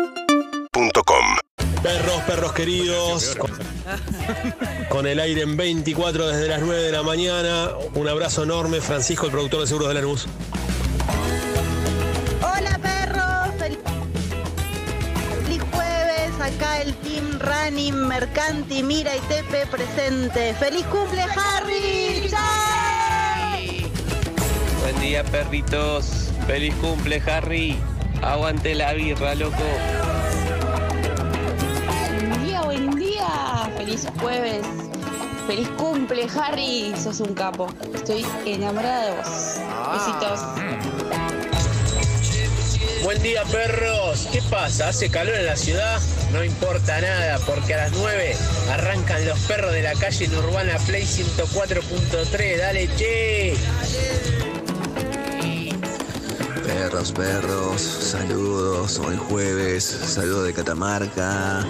UrbanaPlayFM.com Perros, perros queridos, con, con el aire en 24 desde las 9 de la mañana. Un abrazo enorme, Francisco, el productor de Seguros de la Luz. Hola perros, feliz, feliz jueves, acá el Team Running, Mercanti, Mira y Tepe presente. ¡Feliz cumple Harry! ¡Chao! Buen día, perritos. Feliz cumple, Harry. Aguante la birra, loco. Buen día, buen día. Feliz jueves. Feliz cumple, Harry. Sos un capo. Estoy enamorada de vos. Ah, Besitos. Buen día, perros. ¿Qué pasa? ¿Hace calor en la ciudad? No importa nada, porque a las 9 arrancan los perros de la calle en Urbana Play 104.3. Dale, che. Perros, perros, saludos, hoy jueves, saludos de Catamarca.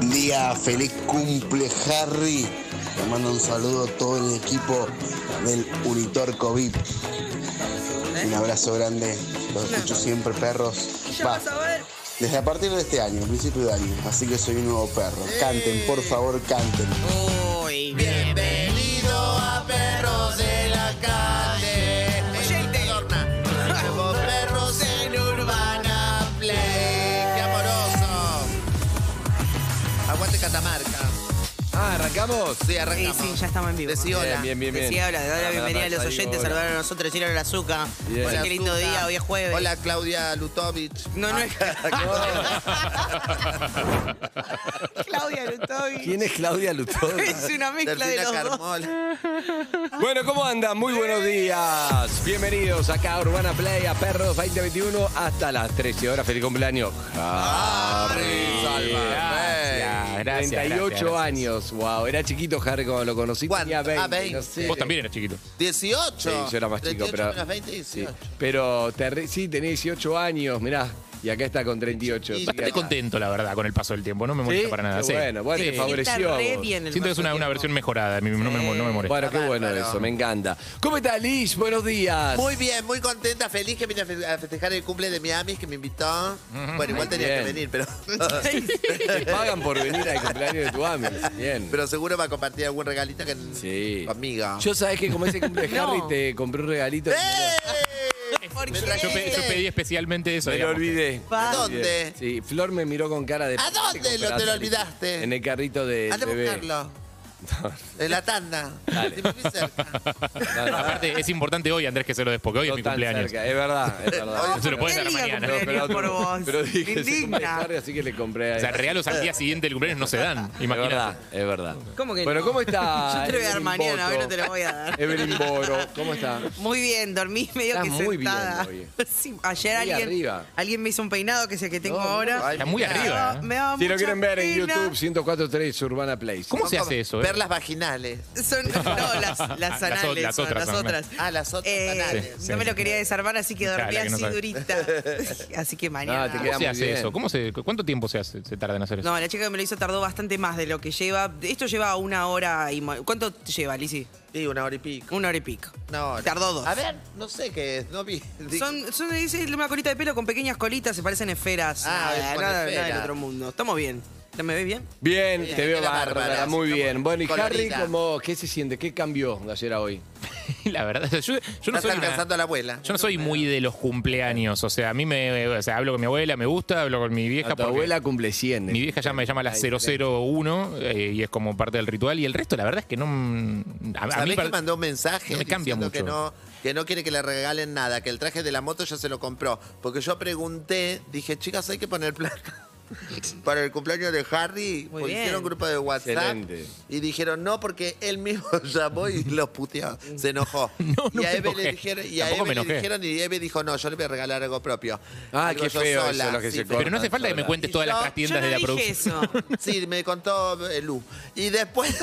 Día, feliz cumple Harry. Te mando un saludo a todo el equipo del Unitor COVID. Un abrazo grande, los escucho siempre, perros. Va, Desde a partir de este año, principio de año, así que soy un nuevo perro. Canten, por favor, canten. Aguante Catamarca. Ah, ¿arrancamos? Sí, Sí, arrancamos. sí, ya estamos en vivo. Decí hola. Bien, bien, bien, bien. Decí hola, dale la Nada bienvenida más, a los ahí, oyentes, hola. saludar a nosotros, decir hola Azúcar. Bien. Hoy Hola, qué lindo Zuka. día, hoy es jueves. Hola, Claudia Lutovich. Ah, No, no es Claudia Lutovic. ¿Quién es Claudia Lutón? Es una mezcla de Delfina los dos. Carmol. Bueno, ¿cómo andan? Muy buenos días. Bienvenidos acá a Urbana Play, a Perros 2021, hasta las 13 horas. Feliz cumpleaños. Harry. Salva. Gracias, gracias, 38 años, wow. Era chiquito Harry cuando lo conocí. ¿Cuánto? Tenía 20, Ah, 20. no sé. Vos También era chiquito. 18. Sí, yo era más chico, 38 pero. menos 20, 18. Sí, pero terri- sí, tenía 18 años, mirá. Y acá está con 38. Y- así que Bastante acá- contento, la verdad, con el paso del tiempo. No me molesta Ah, ¿Sí? para nada. Qué sí. Bueno, bueno, te Sí. favoreció. a Está re vos. bien el Siento que es una, paso una del versión tiempo. mejorada. a mí No me, no me molesta. Bueno, qué bueno bárbaro. eso, me encanta. ¿Cómo está Liz? Buenos días. Muy bien, muy contenta, feliz que vine a fe- a festejar el cumple de mi Amis que me invitó. Bueno, igual tenía bien. que venir, pero, Te pagan por venir al cumpleaños de tu amigo. Bien. pero seguro va a compartir algún regalito que sí. conmigo. Yo sabés que como ese cumple de No. Harry te compré un regalito. ¡Eh! ¿Por Me qué? traje- Yo, pe- yo pedí especialmente eso. Me lo digamos, que- olvidé. ¿A Pa- dónde? Sí, Flor me miró con cara de. ¿A dónde "Te lo- te compraste, lo olvidaste? En el carrito de. Anda a bebé. buscarlo. En la tanda. Dale. Si me fui cerca. No, no, Aparte, es importante hoy, Andrés, que se lo des, porque hoy no es mi tan cumpleaños. cerca, Es verdad, es verdad. No se lo puedes Qué dar lindo mañana. cumpleaños. Pero, por vos. pero dije, Me es un cumple de indigna. Harry, así que le compré. a O sea, regalos al día siguiente del cumpleaños no se dan. Es verdad, Imagínate. es verdad. ¿Cómo que Bueno, no? ¿cómo está? Yo te lo voy a dar Evelyn mañana, hoy Boto? no te lo voy a dar. Evelyn Boro, ¿cómo está? Muy bien, dormí medio Estás que muy bien sentada. hoy. Sí, ayer Muy alguien, arriba. alguien me hizo un peinado que es el que tengo No, ahora. Ay, Está muy mirá. arriba. ¿eh? Me daba Si lo mucha quieren ver en pena. YouTube, 1043 Urbana Place. ¿Cómo se hace eso? eh? Perlas vaginales. Son, no, las, las Las o- anales, las son, otras las son, otras. Ah, las otras Eh, anales. no Sí, me sí. lo quería desarmar, así que Claro, dormí la que no así sabe. durita. Así que mañana. Ah, te ¿Cómo queda se muy hace bien. eso? ¿Cómo se, cu- ¿Cuánto tiempo se, hace, se tarda en hacer eso? No, la chica que me lo hizo tardó bastante más de lo que lleva. Esto lleva una hora y... mo- ¿Cuánto te lleva, Lizzy? Sí, una hora y pico. Una hora y pico. Una hora. Tardó dos. A ver, no sé qué es. No vi. Son, son es una colita de pelo con pequeñas colitas, se parecen esferas. Ah, nada, con nada- esfera. nada del otro mundo. Estamos bien. ¿Me ves bien? Bien, Bien, te veo era bárbara, bárbara, muy estamos bien. Bueno, y colorida. Harry, ¿cómo, ¿qué se siente? ¿Qué cambió de ayer a hoy? La verdad, yo, yo no Estás soy una- alcanzando a la abuela. Yo no soy muy de los cumpleaños, o sea, a mí me. O sea, hablo con mi abuela, me gusta, hablo con mi vieja. A tu porque abuela cumple eh. 100. Mi vieja ya me llama a las Ay, 001 eh, y es como parte del ritual. Y el resto, la verdad es que no. mm, A, a A mí mí par- me mandó un mensaje no me cambia diciendo que mucho. no, que no quiere que le regalen nada, que el traje de la moto ya se lo compró. Porque yo pregunté, dije, chicas, hay que poner plata. Para el cumpleaños de Harry, Muy porque bien. hicieron un grupo de WhatsApp Excelente. y dijeron no, porque él mismo llamó y los puteó. Se enojó. No, no y a me Eve le enojé. dijeron, y a Tampoco Eve me le enojé. dijeron, y Eve dijo, no, yo le voy a regalar algo propio. Ah, Algo qué yo feo eso, sola. los que se pero- Pero no hace falta que me cuentes todas las Yo- trastiendas Oh, yo de no la dije producción. eso. Sí, me contó eh, Lu. Y después.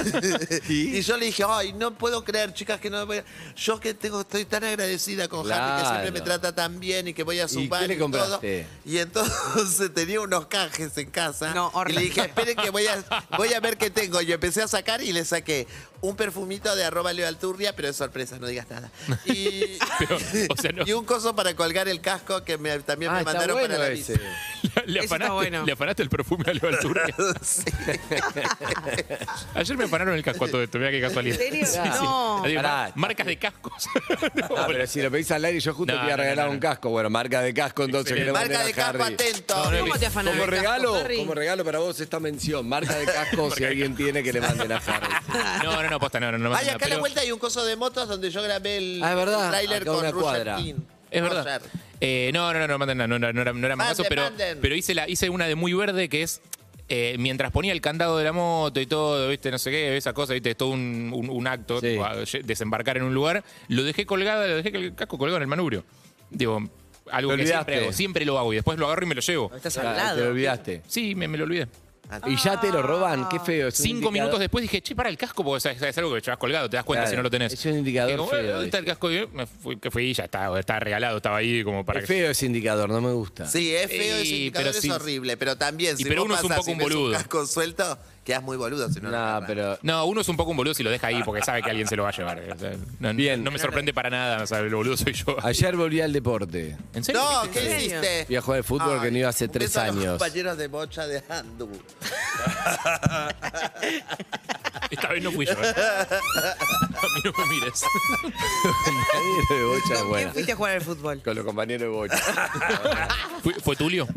¿Y? yo le dije, ay, no puedo creer, chicas, que no. voy a- Yo que tengo, estoy tan agradecida con Harry, que siempre Claro. me trata tan bien y que voy a su ¿Y bar qué le todo. compraste? Y entonces tenía unos cajas mensajes en casa. No, y horrible. le dije, esperen que voy a, voy a ver qué tengo. Yo empecé a sacar y le saqué un perfumito de arroba Leo Alturria, pero es sorpresa, no digas nada. Y, Pero, o sea, no, y un coso para colgar el casco que me- también Ah, me está mandaron bueno para la ese. bici. le, Eso está afanaste, bueno. le afanaste el perfume a Leo Alturria. Sí. Ayer me afanaron el casco a todo esto, mira qué casualidad. ¿En serio? Sí, sí. No. Así, Pará. Marcas de cascos. Ah, pero si lo pedís al aire, yo justo No, te iba a no, no, regalar no, un no. casco. Bueno, marca de casco, entonces. que le mandé Marca a de casco Harry. atento. ¿Cómo te afanaron Como el casco, regalo, Harry? como regalo para vos esta mención, marca de casco, si alguien tiene que le manden a Harry. No, no, no, posta, no, no, no. me Ay, hacen nada, acá a la pero vuelta hay un coso de motos donde yo grabé el Ah, es verdad. trailer Acá con una Roger cuadra. King. Es Roger. verdad. Eh, no, no, no, no, manden nada, no, no, no, era- no era más Manden, caso, pero, manden. pero hice, la, hice una de muy verde que es. eh, mientras ponía el candado de la moto y todo, viste, no sé qué, esa cosa, viste, es todo un, un- un acto, Sí. tipo, a- desembarcar en un lugar, lo dejé colgado, lo dejé que el casco colgado en el manubrio. Digo, algo Lo que siempre olvidaste. hago, siempre lo hago y después lo agarro y me lo llevo. Estás Ah, al Te lo lado. Ah. olvidaste. Sí, me, me lo olvidé. Y ya te lo roban, qué feo. es un Cinco indicador- minutos después dije, che, para el casco, porque o sea, es, es algo que llevas colgado, te das cuenta Claro, si no lo tenés. es un indicador Y como, eh, feo, ¿Dónde está el casco? Y me fui, que fui y ya estaba, estaba regalado, estaba ahí como para Es que. feo ese indicador, no me gusta. Sí, es feo, ese Sí, indicador pero es sí. horrible, pero también si Y pero vos uno es un pasás poco y un ves boludo. casco suelto, quedás muy boludo si no lo No, agarrás. pero. No, uno es un poco un boludo si lo deja ahí porque sabe que alguien se lo va a llevar. O sea, no, Bien. no me sorprende para nada, o sea, el boludo soy yo. Ayer volví al deporte. ¿En serio? No, ¿En ¿qué serio? hiciste? Fui a jugar al fútbol que no iba hace un tres beso a los años. compañeros de bocha de Andu. Esta vez no fui yo. eh. A mí no me mires. Compañero de bocha, ¿Con bueno. quién fuiste a jugar al fútbol? Con los compañeros de bocha. ¿Fue, fue Tulio?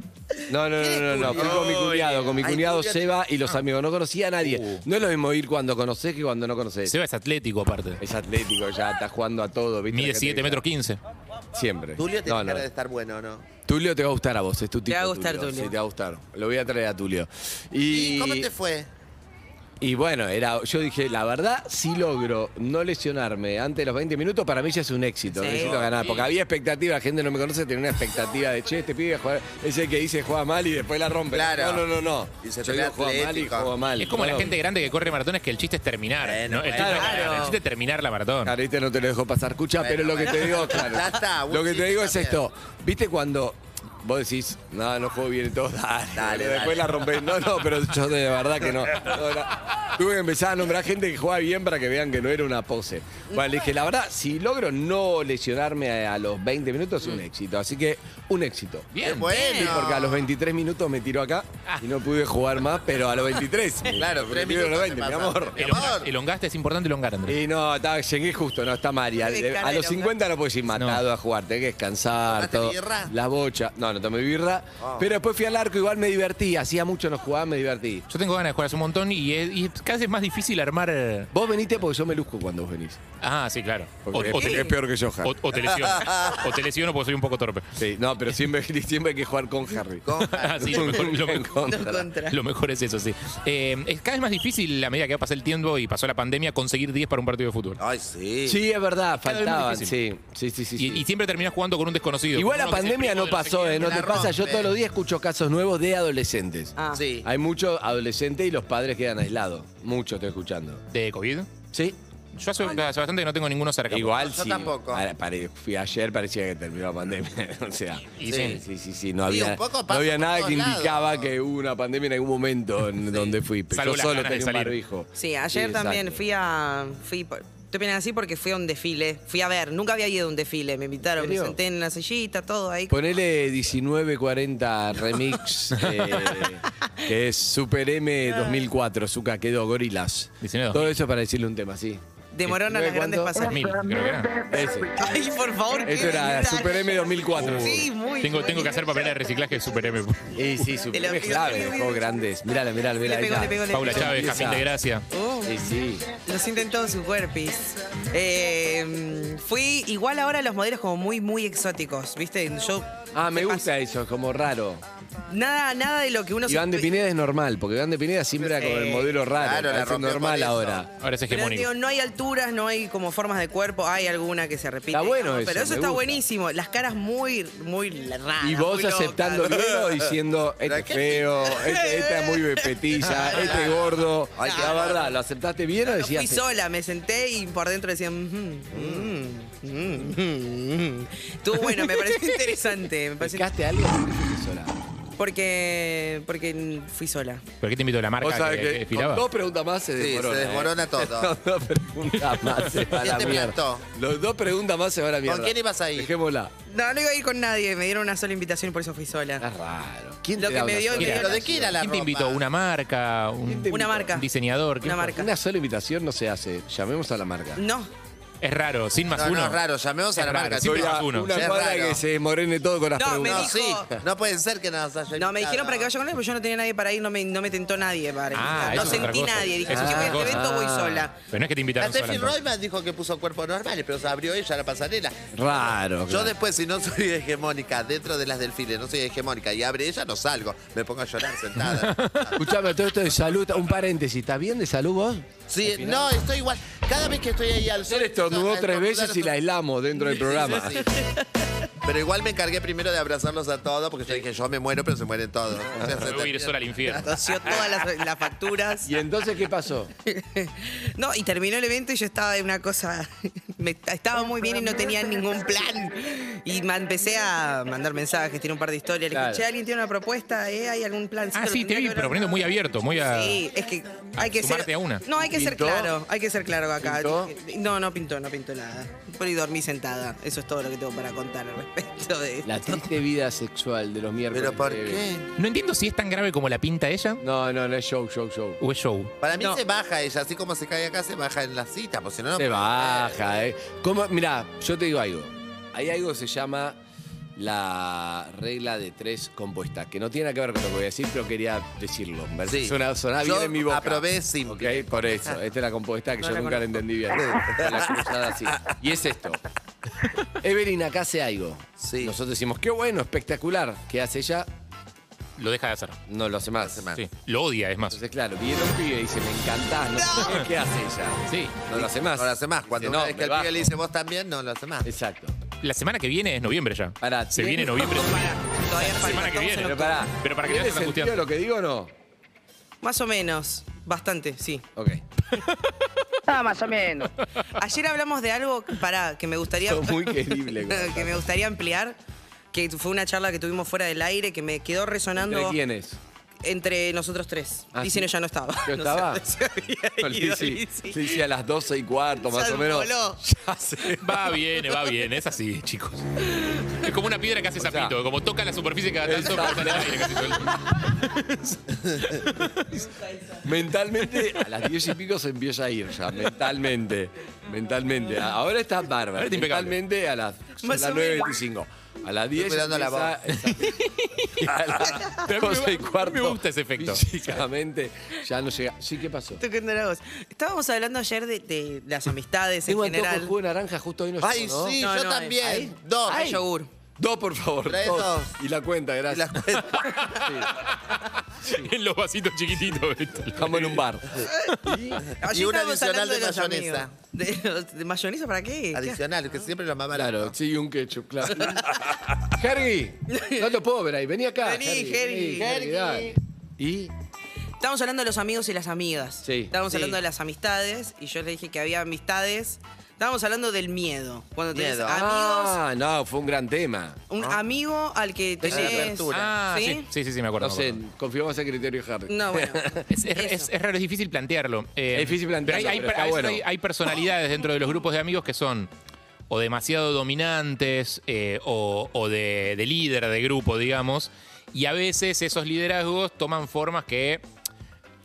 No, no, no, no, no. Fui con mi cuñado, Uh, con mi Ay, cuñado Julián. Seba y los amigos. No conocía a nadie. No es lo mismo ir cuando conocés que cuando no conocés. Seba es atlético aparte. Es atlético, ya está jugando a todo. ¿viste? La Mide gente 7 que metros 15. está- Siempre. Tulio tiene No, no. cara de estar bueno, ¿no? Tulio te va a gustar a vos, es tu tipo. va a gustar Tulio. Sí, te va a gustar. Lo voy a traer a Tulio. ¿Y Y, cómo te fue? y bueno, era, yo dije, la verdad, si logro no lesionarme antes de los 20 minutos, para mí ya es un éxito. Sí. Necesito ganar, porque había expectativa, la gente no me conoce, tenía una expectativa de, che, este pibe va a jugar- es el que dice juega mal y después la rompe. Claro. No, no, no, no. Y se Yo pelea digo, juega mal y atlético. juega mal. Es como la Bueno, gente grande que corre maratones que el chiste es terminar. Bueno, ¿no? El, bueno. chiste, Claro. el chiste es terminar la maratón. Claro, viste, no te lo dejo pasar, escucha, Bueno, pero lo que bueno. te digo, claro. Ya está, un lo que te chiste digo es también. esto. ¿Viste cuando vos decís, no, no juego bien y todo? Dale, Dale, boludo, después dale. la rompés. No, no, pero yo de verdad que no. No, no. Tuve que empezar a nombrar gente que jugaba bien para que vean que no era una pose. Bueno, le dije, la verdad, si logro no lesionarme a, a los 20 minutos, es un éxito. Así que, un éxito. Bien. Mm. Bueno. Sí, porque a los 23 minutos me tiró acá y no pude jugar más, pero a los 23. Claro, porque tres me tiró a los minutos te 20, mi pasaste. amor. Mi El, amor. honga- el hongaste es importante el hongar, Andrés. Y no, está- llegué justo, no, está María. Qué cara A de los la 50 no puedes ir matado a jugar, tenés que descansar. ¿Tomaste Todo. birra? Ah. La bocha. No, no tomé birra. Pero después fui al arco, igual me divertí. Hacía mucho no jugaba, me divertí. Yo tengo ganas de jugar hace un montón y es, y es cada vez más difícil armar. eh, Vos veniste porque yo me luzco cuando vos venís. Ah, sí, claro. O, Porque o es, te, es peor que yo, Harry. o- o te lesiono. o te lesiono porque soy un poco torpe. Sí, no, pero siempre, siempre hay que jugar con Harry. Con- Ah, sí, lo mejor, lo En mejor- contra. lo mejor es eso, sí. Eh, es cada vez más difícil, a medida que va a pasar el tiempo y pasó la pandemia, conseguir 10 para un partido de fútbol. Ay, sí. Sí, es verdad, Cada vez más faltaban. Sí, difícil. sí, Ah, sí. sí, Y, sí. y siempre terminás jugando con un desconocido. Igual la con uno que se pandemia privó no de sé pasó, qué. ¿eh? No la te pasa. Yo rompe. todos los días escucho casos nuevos de adolescentes. Ah. Sí. Hay muchos adolescentes y los padres quedan aislados. Mucho estoy escuchando. ¿De COVID? Sí. Yo hace, hace bastante que no tengo ninguno cerca. Igual Yo sí. tampoco. Ahora, pare- fui ayer, parecía que terminó la pandemia. o sea, Y sí, sí. sí, sí, sí, no Sí, había, un poco no pasa había por nada todos que indicaba lados. que hubo una pandemia en algún momento en donde fui. Pero Salvo yo las solo ganas de tenía un salir. barbijo. Sí, ayer Sí, también exacto. fui a. Fui, por- te vienen así porque fui a un desfile. Fui a ver, nunca había ido a un desfile. Me invitaron, ¿En me serio? senté en la sillita, todo ahí. Pues, Ponele 1940 Remix, eh, que es Super M 2004, Zuka quedó Gorilas. 19. Todo eso para decirle un tema, sí. Demoraron a las grandes ¿cuánto? pasar. 1000, creo que era. Ese. Ay, por favor, qué Eso era linda. Super M 2004. Sí, muy Oh. Tengo, tengo que hacer papel de reciclaje de Super M. Y sí, Super lo M es pido, clave, te lo pido. juegos grandes. Mirala, mirala, mirala. Le ahí pegó, le está. pegó, le Paula pegó. Chávez, Jazmín de Gracia. Oh. Sí, sí. Lo sienten todos sus cuerpis. Eh, fui igual ahora a los modelos como muy, muy exóticos, ¿viste? Yo. Ah, me te gusta eso, es como raro. pas- Nada, nada de lo que uno Iván de Pineda es normal, porque Iván de Pineda siempre era como el modelo raro, Claro, la claro, es rompió normal con eso. ahora. Ahora es Pero hegemónico. digo, no hay alturas, no hay como formas de cuerpo, hay alguna que se repite. Está bueno digamos, eso, Pero eso me está gusta. buenisimo. Las caras muy, muy raras. Ah, Y vos muy locas. aceptando luego diciendo, este es qué- feo, este, esta es muy petilla, este es gordo. Ay, la qué verdad, ¿lo aceptaste bien o No fui decías? sola, me senté y por dentro decía. "Mhm, mhm, mm, mhm, mhm". Estuvo bueno, me pareció interesante. Me pareció ¿Pescaste algo? o no te fuiste sola? Porque, porque fui sola. ¿Pero qué te invitó la marca Vos sabés que que, que con desfilaba? dos preguntas más se Sí, se desmorona. desmorona ¿eh? todo. Con dos preguntas más se va a ¿Quién la te mierda. plantó? Los dos preguntas más se van a la mierda. quién ibas a ir? Dejémosla. No, no iba a ir con nadie. Me dieron una sola invitación y por eso fui sola. Es raro. ¿Quién Lo te que da me una dio- sola? me dio ¿Pero de qué era la ¿Quién te ropa? invitó? ¿Una marca? Un, te Una marca. un diseñador? ¿Qué Una fue? marca. Una sola invitación no se hace. Llamemos a la marca. No. Es raro, sin más No, uno. no, es raro, llamemos a Es la raro, marca. siempre chicos. más uno. Una Es cuadra raro. que se desmorene todo con las No, me preguntas. No, dijo- sí, no pueden ser que nos haya No, me dijeron invitado. para que vaya con nadie, pero yo no tenía nadie para ir, no me, no me tentó nadie para ir. Ah, eso no es otra sentí cosa. nadie. Dije, Eso si es yo voy a otra este evento, voy sola. Pero no es que te La invitaron sola. Steffi entonces. Royman dijo que puso cuerpos normales, pero se abrió ella la pasarela. Raro. Yo claro. después, si no soy hegemónica dentro de las delfines, no soy hegemónica y abre ella, no salgo. Me pongo a llorar sentada. Escuchame, todo esto de salud, un paréntesis, ¿estás bien de salud vos? Sí, no, estoy igual. Cada vez que estoy ahí al sol. Él estornudó tres veces y la aislamos dentro Sí, del sí, programa. sí, sí. Pero igual me encargué primero de abrazarlos a todos porque yo dije, yo me muero, pero se mueren todos. O sea, se Me voy a ir termina. sola al infierno. Tosió todas las, las facturas. ¿Y entonces qué pasó? No, y terminó el evento y yo estaba de una cosa. me- estaba muy bien y no tenía ningún plan. Y me empecé a mandar mensajes, tiene un par de historias. Le Claro. dije, che, ¿alguien tiene una propuesta? ¿Eh? ¿Hay algún plan? Ah, sí, te Tendría vi que haber- proponiendo muy abierto, muy a... Sí, es que hay que sumarte ser. a una. No, hay que ser ¿Pintó? claro, hay que ser claro acá. ¿Pintó? No, no pintó, no pintó nada. Por ahí dormí sentada. Eso es todo lo que tengo para contar al respecto de La esto. triste vida sexual de los miércoles. Pero ¿por de- qué? No entiendo si es tan grave como la pinta ella No, no, no es show, show, show. o es show. Para mí No. se baja ella, así como se cae acá, se baja en la cita, porque si no, no. Se baja, ¿eh? ¿Cómo? Mirá, yo te digo algo. Hay algo que se llama la regla de tres compuestas, que no tiene nada que ver con lo que voy a decir, pero quería decirlo. Me Sí. Suena, suena Yo bien en mi boca. aprobé simple. Ok, por eso. Esta es la compuesta que No yo la nunca la entendí bien. La cruzada así. Y es esto. Evelyn acá hace algo. Sí. Nosotros decimos, qué bueno, espectacular. ¿Qué hace ella? Lo deja de hacer. No lo hace más. Sí. Ah. Lo odia, es más. Entonces, claro, viene un pibe y dice, me encantás, no, sé qué, ¿qué hace ella? Sí. No lo hace más. No lo hace más. Cuando Dice, una no, vez que me el pibe bajo. le dice vos también, no lo hace más. Exacto. La semana que viene es noviembre ya. Pará, Se ¿tiene- viene noviembre. Todavía La falta, semana que estamos viene. en Pero octubre. pará. Pero para que ¿tiene veas la sentido angustia. lo que digo o no? Más o menos, bastante, sí. Ok. Ayer hablamos de algo para que me gustaría. Sos muy querible, Gonzalo. que me gustaría ampliar. Que fue una charla que tuvimos fuera del aire que me quedó resonando. ¿De quién es? Entre nosotros tres. Ah, Dicino sí. ya no estaba. ¿Yo No estaba? sé, se había ido, sí, Lizzy. sí, sí, a las 12 y cuarto, más o menos. Salvoló. Ya sé. Va, viene, va, viene. Es así, chicos. Es como una piedra que hace O sea, zapito. Como toca la superficie cada tanto, pero sale al aire, qué sé yo. Mentalmente, a las 10 y pico se empieza a ir ya, mentalmente. Mentalmente. A- Ahora está bárbaro. Ahora está impecable. mentalmente a las, son Más las o menos. 9.25. A las 10 cuidando la empieza- Y a las 12 y me cuarto. gusta ese efecto. Físicamente ya no llega. Sí, ¿qué pasó? Tú, ¿qué onda la voz? Estábamos hablando ayer de, de las amistades en Tengo antojo de general. jugo de naranja justo hoy no Ay, llegó, ¿no? sí, No, yo no, también. ahí. Dos. Hay yogur. Dos, por favor. Trae dos. dos. Y la cuenta, Y las gracias. cuentas. En los vasitos chiquititos. ¿viste? Estamos en un bar. Ayer Y una estábamos adicional hablando de los mayonesa. amigos. ¿De, los- de mayonesa para qué? Adicional, que siempre lo más barato. Claro, sí, un ketchup, claro. Jerry, no te puedo ver ahí. Vení acá. Vení, Jerry. Jerry, dale. ¿Y? Estábamos hablando de los amigos y las amigas. Sí. Estábamos Sí. hablando de las amistades y yo le dije que había amistades. Estábamos hablando del miedo. Cuando tenés Miedo. amigos, Ah, no, fue un gran tema. un amigo al que Es una tenés. apertura. Ah, sí. ¿Sí? Sí, sí, sí, me acuerdo. No me sé, acuerdo. confiamos en criterio de Harry. No, bueno. Es, es- es- es raro, es difícil plantearlo. Eh, Es difícil plantearlo, Pero hay, hay- pero está a veces bueno. hay- hay personalidades dentro de los grupos de amigos que son o demasiado dominantes eh, o, o de, de líder de grupo, digamos. Y a veces esos liderazgos toman formas que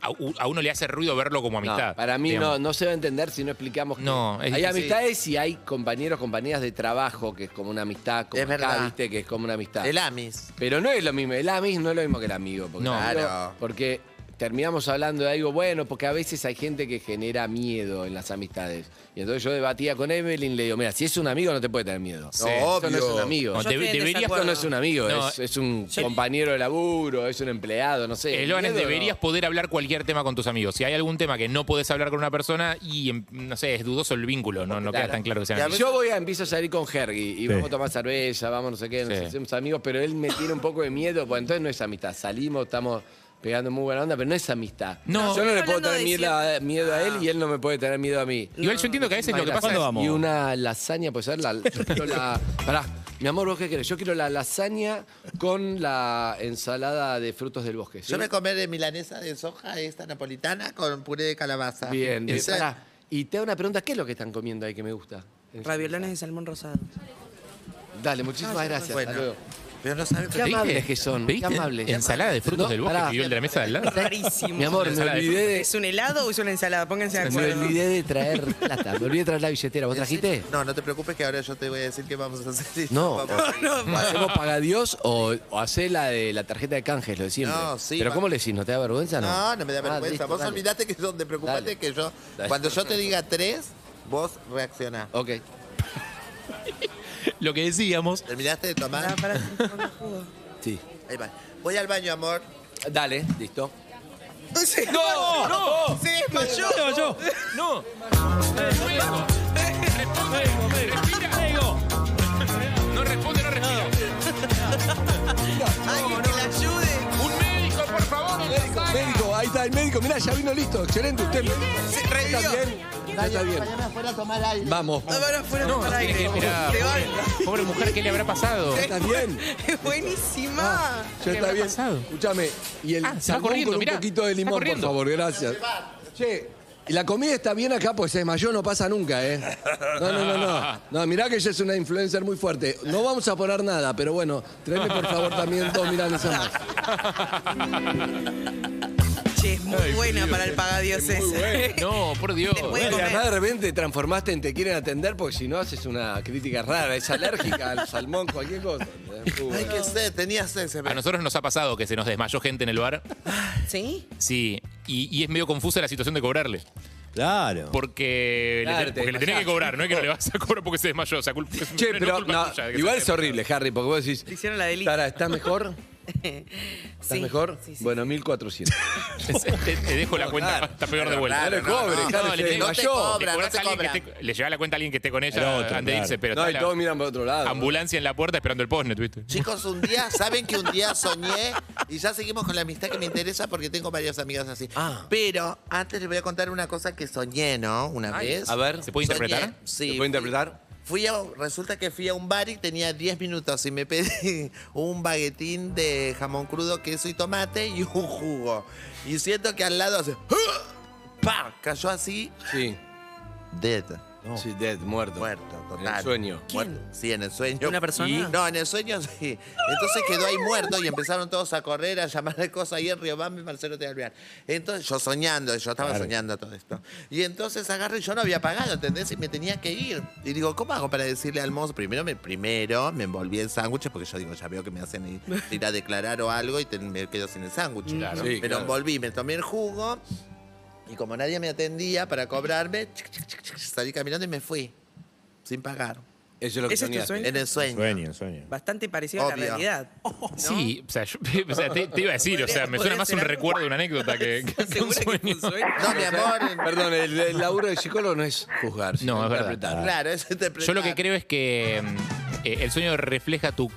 a, u- a uno le hace ruido verlo como No, amistad. para mí digamos. no, no se va a entender si no explicamos que No, es hay difícil. amistades y hay compañeros, compañeras de trabajo, que es como una amistad, como Es acá, verdad. viste, que es como una amistad. El Amis. Pero no es lo mismo, el amis no es lo mismo que el amigo. Porque No. el amigo- Claro. Porque terminamos hablando de algo bueno, porque a veces hay gente que genera miedo en las amistades. Y entonces yo debatía con Evelyn, le digo, mira, si es un amigo no te puede tener miedo. Sí. Eso no es un amigo. No, Yo deb- estoy en deberías Esto desacuerdo. no es un amigo, No, es, es un compañero de laburo, es un empleado, no sé. Eh, Logan, Miedo, no. deberías poder hablar cualquier tema con tus amigos. Si hay algún tema que no podés hablar con una persona y, em, no sé, es dudoso el vínculo, no, no queda Claro. tan claro que Y sea. a veces- Yo voy a empiezo a salir con Hergy y vamos a tomar cerveza, vamos no sé qué, nos Sí. hacemos amigos, pero él me tiene un poco de miedo, porque entonces no es amistad, salimos, estamos pegando muy buena onda, pero no es amistad. No. Yo no le puedo Hablando tener de miedo a, miedo a él y él no me puede tener miedo a mí. Igual yo entiendo que a veces lo que pasa es... ¿Cuándo vamos? Y una lasaña, puede ser la. yo quiero la- pará, mi amor, ¿vos qué querés? Yo quiero la lasaña con la ensalada de frutos del bosque. ¿sí? Yo me comer de milanesa de soja, esta napolitana, con puré de calabaza. Bien, bien. Esa- Pará, y te hago una pregunta, ¿qué es lo que están comiendo ahí que me gusta? Raviolones de salmón rosado. Dale, muchísimas Ah, gracias. bueno. hasta luego. Pero no sabe Qué ¿Te amables diste? que son, ¿Te qué diste amables. Ensalada de frutos No, del bosque pará. que vio el de la mesa de al lado. Rarísimo. Mi amor, eh. me Ensalada de olvidé de, ¿Es un helado o es una ensalada? Pónganse de Es me un acuerdo. olvidé de traer plata. Me olvidé de traer la billetera. ¿Vos trajiste? No, no te preocupes que ahora yo te voy a decir qué vamos a hacer. No. Vamos. ¿Hacemos paga Dios o, o hacé la de la tarjeta de canjes, lo de siempre? No, sí, ¿Pero pa- cómo le decís? ¿No te da vergüenza? No, No, no me da Ah, vergüenza. listo, vos dale. olvidate que donde preocupate Dale. que yo. Dale. Cuando yo te diga tres, vos reaccionás. Ok. Lo que decíamos, ¿Terminaste de tomar? Pará, pará, un poco de jugo. Sí. Ahí va. Voy al baño, amor. Dale, listo. ¡No! ¡No! ¡Se desmayó! No, yo. No. no responde, no respira. ¡Alguien que la ayude! Un médico, por favor. Médico, médico, ahí está el médico. Mirá, ya vino listo. Excelente, usted. Se revivió. ¿Está bien? Ya está bien. Mañana fuera a tomar aire. Vamos. No, ahora fuera No, para no tiene aire. que mirar. Te van. Pobre mujer, ¿qué le habrá pasado? ¿Estás bien? Ah. Es buenísima. Ya ¿Qué está habrá bien. pasado? Escúchame. Y el Ah, se va salmón corriendo, con un mirá. poquito de Está limón, por corriendo. favor. Gracias. Che, y la comida está bien acá, pues se desmayó, no pasa nunca, ¿eh? No, no, no, no. No, mirá que ella es una influencer muy fuerte. No vamos a poner nada, pero bueno, tráeme por favor también dos milanesas más. Che, es muy buena para el pagadios Es muy ese. No, por Dios. Después- Y comer. además de repente transformaste en te quieren atender porque si no haces una crítica rara, es alérgica al salmón, cualquier cosa. Ay, qué sed, tenía sed. Se Ah, A me... nosotros nos ha pasado que se nos desmayó gente en el bar. ¿Sí? Sí, y, y es medio confusa la situación de cobrarle. Claro. Porque, Claro, le, te ten- porque le tenés desmayás. que cobrar, no es que no le vas a cobrar porque se desmayó. O sea, culpa, es- Che, no es pero culpa no, tuya de que igual se es horrible, Harry, porque vos decís. Te hicieron la delita. Tara, ¿estás mejor? ¿Estás Sí, mejor? sí, sí. bueno, 1400. te, te dejo la cuenta, claro. está peor de vuelta. Claro, cobre, no, claro, no, se le tengo- te desmayó. cobra, le cobrás no a te alguien que cobra. esté- le llevás la cuenta a alguien que esté con ella Al otro, antes de irse, claro. pero No, está y la todos miran para otro lado. ambulancia en la puerta esperando el postnet, ¿viste? Chicos, un día, ¿saben que un día soñé? Y ya seguimos con la amistad que me interesa porque tengo varias amigas así. Ah. Pero antes les voy a contar una cosa que soñé, ¿no? Una Ay, vez. a ver. ¿Se puede Soñé, interpretar? Sí. ¿Se fui- puede interpretar? Fui a, resulta que fui a un bar y tenía 10 minutos y me pedí un baguetín de jamón crudo, queso y tomate y un jugo. Y siento que al lado hace... ¡Ah! ¡Pa! Cayó así. Sí. Dead. Sí, dead, muerto. Muerto, total. En el sueño. ¿Quién? Sí, en el sueño. ¿Una persona? Y- no, en el sueño sí. Entonces quedó ahí muerto y empezaron todos a correr, a llamar de cosas ahí en Riobamba y Marcelo te Alvear. Entonces, yo soñando, yo estaba soñando todo esto. Y entonces agarro y yo no había pagado, ¿entendés? Y me tenía que ir. Y digo, ¿cómo hago para decirle al mozo? Primero me, primero me envolví en sándwiches porque yo digo, ya veo que me hacen ir, ir a declarar o algo y te- me quedo sin el sándwich. Claro. Sí, me claro. lo envolví, me tomé el jugo y como nadie me atendía para cobrarme, chic, chic, chic, chic, salí caminando y me fui. Sin pagar. Eso es lo que ¿Ese es tu soñaste. sueño? En el este sueño. Sueño, sueño. Bastante parecido a la Obvio. realidad. Oh, Sí, o sea, yo- o sea, te, te iba a decir, o sea, me Podría- suena más un podría ser recuerdo de una anécdota que, que- que Seguro un que fue sueño. un sueño. No, mi amor. en- Perdón, el, el laburo del psicólogo no es juzgar, sino No, es verdad. interpretar. Claro, es interpretar. Yo lo que creo es que mm, eh, el sueño refleja tu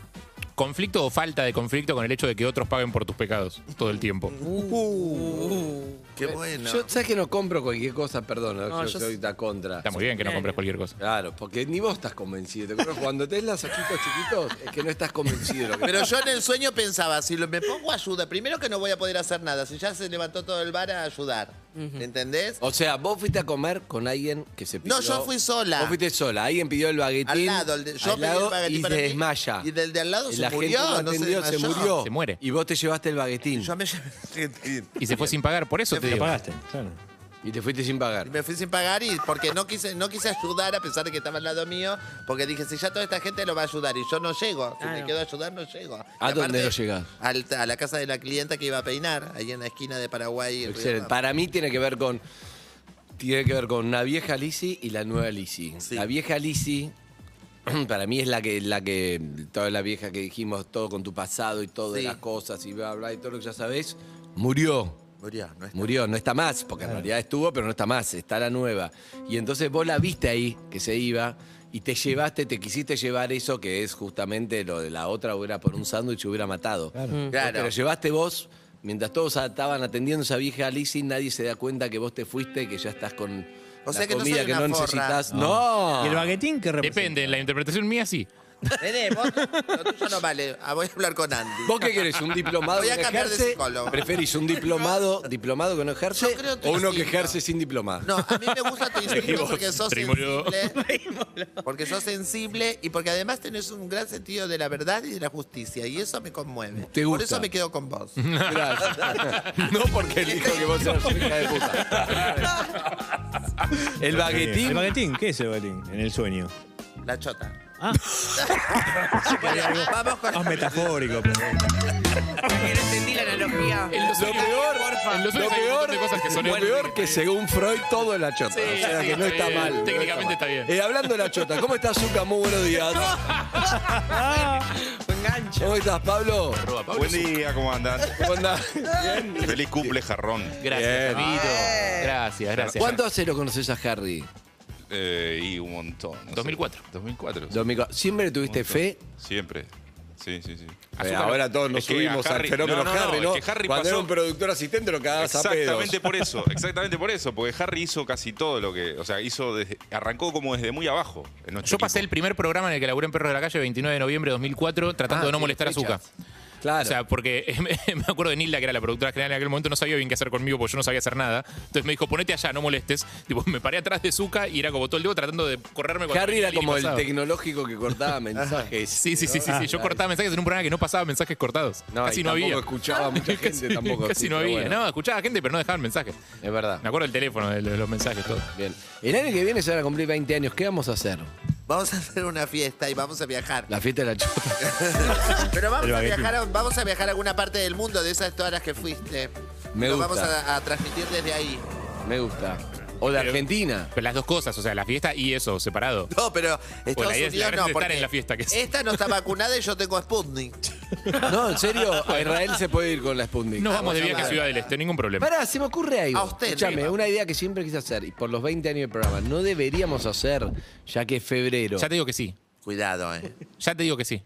conflicto o falta de conflicto con el hecho de que otros paguen por tus pecados todo el tiempo. Uh, Qué bueno. Yo, ¿sabes que no compro cualquier cosa? Perdón, yo, yo soy la contra. Está muy bien que no compres cualquier cosa. Claro, porque ni vos estás convencido. ¿Te acuerdas? Cuando tenés las ojitos chiquitos, es que no estás convencido de lo que Pero yo en el sueño pensaba, si lo- me pongo ayuda, primero que no voy a poder hacer nada, si ya se levantó todo el bar a ayudar. ¿Entendés? O sea, vos fuiste a comer con alguien que se pidió. No, yo fui sola. Vos fuiste sola. Alguien pidió el baguetín. Al lado, el de- yo al pedí el lado baguetín y para se mí, desmaya. y del de al lado se La murió, gente no no se atendió, se, desmayó. murió. Se muere. Y vos te llevaste el baguetín. Yo me llevé- Y se fue sin pagar, por eso te Lo digo. pagaste, claro. Y te fuiste sin pagar. Y me fui sin pagar y porque no quise, no quise ayudar a pesar de que estaba al lado mío, porque dije, si ya toda esta gente lo va a ayudar y yo no llego, si me Claro. quedo a ayudar no llego. ¿A dónde no llegás? a la casa de la clienta que iba a peinar, ahí en la esquina de Paraguay. y Excelente. Riobamba. Para mí tiene que ver con. Tiene que ver con la vieja Lisi y la nueva Lisi. Sí. La vieja Lisi, para mí es la que, la que, toda la vieja que dijimos, todo con tu pasado y todas Sí. las cosas y bla, bla, y todo lo que ya sabés, murió. Murió, no está. Murió, no está más, porque en realidad estuvo, pero no está más, está la nueva. Y entonces vos la viste ahí, que se iba, y te llevaste, te quisiste llevar eso, que es justamente lo de la otra, hubiera por un sándwich hubiera matado. Claro. Pero Mm. llevaste vos Mientras todos estaban atendiendo a esa vieja Lizzy, nadie se da cuenta que vos te fuiste, que ya estás con O la sea que no comida soy que una no forra. necesitas. No. ¿Y Ah. el baguetín que representa? Depende, en la interpretación mía sí. Nene, vos, lo tuyo no vale. Ah, voy a hablar con Andy. ¿Vos qué querés? ¿Un diplomado Voy a que no cambiar de ejerce? psicólogo. ¿Preferís un diplomado, diplomado que no ejerce Yo creo que o uno sí, que no. ejerce sin diplomado? No, a mí me gusta tu insulto Dijimos, porque sos trímolo. sensible. Porque sos sensible y porque además tenés un gran sentido de la verdad y de la justicia. Y eso me conmueve. Te Por gusta. eso me quedo con vos. Gracias. No porque él dijo que vos eras una hija de puta. El baguetín. ¿El baguetín? ¿Qué es el baguetín? En el sueño. La chota. Ah. Vamos con Más metafórico, pero. Entendí la analogía. Lo peor, En los lo sueños hay un peor, montón de cosas que son lo horribles. peor que según Freud todo es la chota. Sí, o sea sí, que no está está bien. mal. no está Técnicamente mal. está bien. Eh, hablando de la chota, ¿cómo estás, Zucca? Muy buenos días. ¿Cómo estás, Pablo? Pablo Buen día, ¿cómo andan? ¿Cómo andás? Feliz cumple, jarrón. Gracias, Bien. Javito. Gracias, gracias. ¿Cuánto hace lo conoces a Harry? Eh, y un montón. no sé. 2004. 2004. sí. Domingo, ¿Siempre le tuviste fe? Siempre. Sí, sí, sí. Eh, Azúcar. ahora todos nos Es que a subimos al Harry- fenómeno no, no, no, Harry, es ¿no? que Harry Cuando era pasó- un productor asistente lo cagabas a pedos. Exactamente por eso, exactamente por eso, porque Harry hizo casi todo lo que, o sea, hizo desde- arrancó como desde muy abajo. en nuestro Yo pasé el equipo. primer programa en el que laburé en Perros de la Calle, 29 de noviembre de 2004, tratando Ah, de no sí, molestar a Zucca. fechas. Claro. O sea, porque me acuerdo de Nilda, que era la productora general en aquel momento, no sabía bien qué hacer conmigo porque yo no sabía hacer nada. Entonces me dijo, ponete allá, no molestes. Tipo, me paré atrás de Zucca y era como todo el día tratando de correrme cuando Harry era Nilda como el pasaba. tecnológico que cortaba mensajes. Ah, Sí, sí, sí, sí, sí. Yo cortaba mensajes en un programa que no pasaba mensajes cortados. No, casi y no tampoco había. escuchaba mucha gente, casi, tampoco. casi sí, no pero había. bueno, Ah. No, escuchaba gente, pero no dejaban mensajes. Es verdad. Me acuerdo el teléfono de los mensajes, todo. Bien. El año que viene se van a cumplir 20 años. ¿Qué vamos a hacer? Vamos a hacer una fiesta y vamos a viajar. La fiesta de la chota. Pero vamos El a, baguetín. viajar a, vamos a viajar a alguna parte del mundo de esas todas las que fuiste. Me Lo gusta. vamos a, a transmitir desde ahí. Me gusta. O de Argentina. Pero las dos cosas, o sea, la fiesta y eso, separado. No, pero Estados Bueno, la idea es- la Unidos no, gracia es estar porque en la fiesta, que es- esta no está vacunada y yo tengo Sputnik. No, en serio, a Israel se puede ir con la Sputnik. No vamos de vamos a viaje a hablar. Ciudad del Este, ningún problema. Ah, Pará, se me ocurre algo. A usted, Escúchame, Rima. una idea que siempre quise hacer, y por los 20 años del programa, no deberíamos hacer, ya que es febrero. Ya te digo que sí. Cuidado, eh. Ya te digo que sí.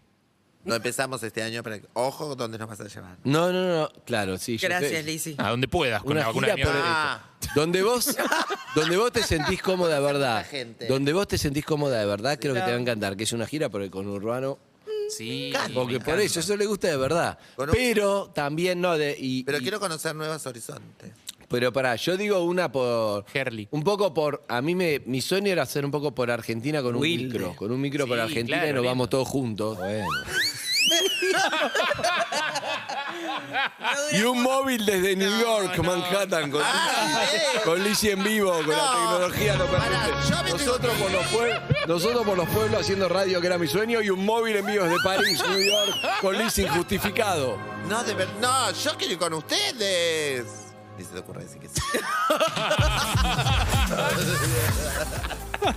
No empezamos este año, pero ojo dónde nos vas a llevar. No, no, no, no, claro, sí. yo sé. Gracias, Lizzy. A donde puedas, con Una la vacuna gira de mierda. por el- Ah. donde vos donde vos te sentís cómoda, ¿verdad? gente. Donde vos te sentís cómoda, de verdad, creo que te va a encantar, que es una gira por el conurbano. Sí. Porque por eso, eso le gusta de verdad. Con un- Pero también no de. y- Pero y- quiero conocer nuevos horizontes. Pero pará, yo digo una por. Herli. Un poco por. A mí me, mi sueño era hacer un poco por Argentina con un Wilde. micro. Con un micro por Sí, Argentina y claro, nos vamos lindo. todos juntos. Y un móvil desde New York, Manhattan, con, Lizzy, con Lizzy en vivo, con la tecnología lo Ah, eh. Pará, yo me permite. Nosotros por, los pueblos, nosotros por los pueblos haciendo radio, que era mi sueño, y un móvil en vivo desde París, New York, con Lizzy injustificado. No, de verdad. No, yo quiero ir con ustedes. Ni se te ocurre decir que sí.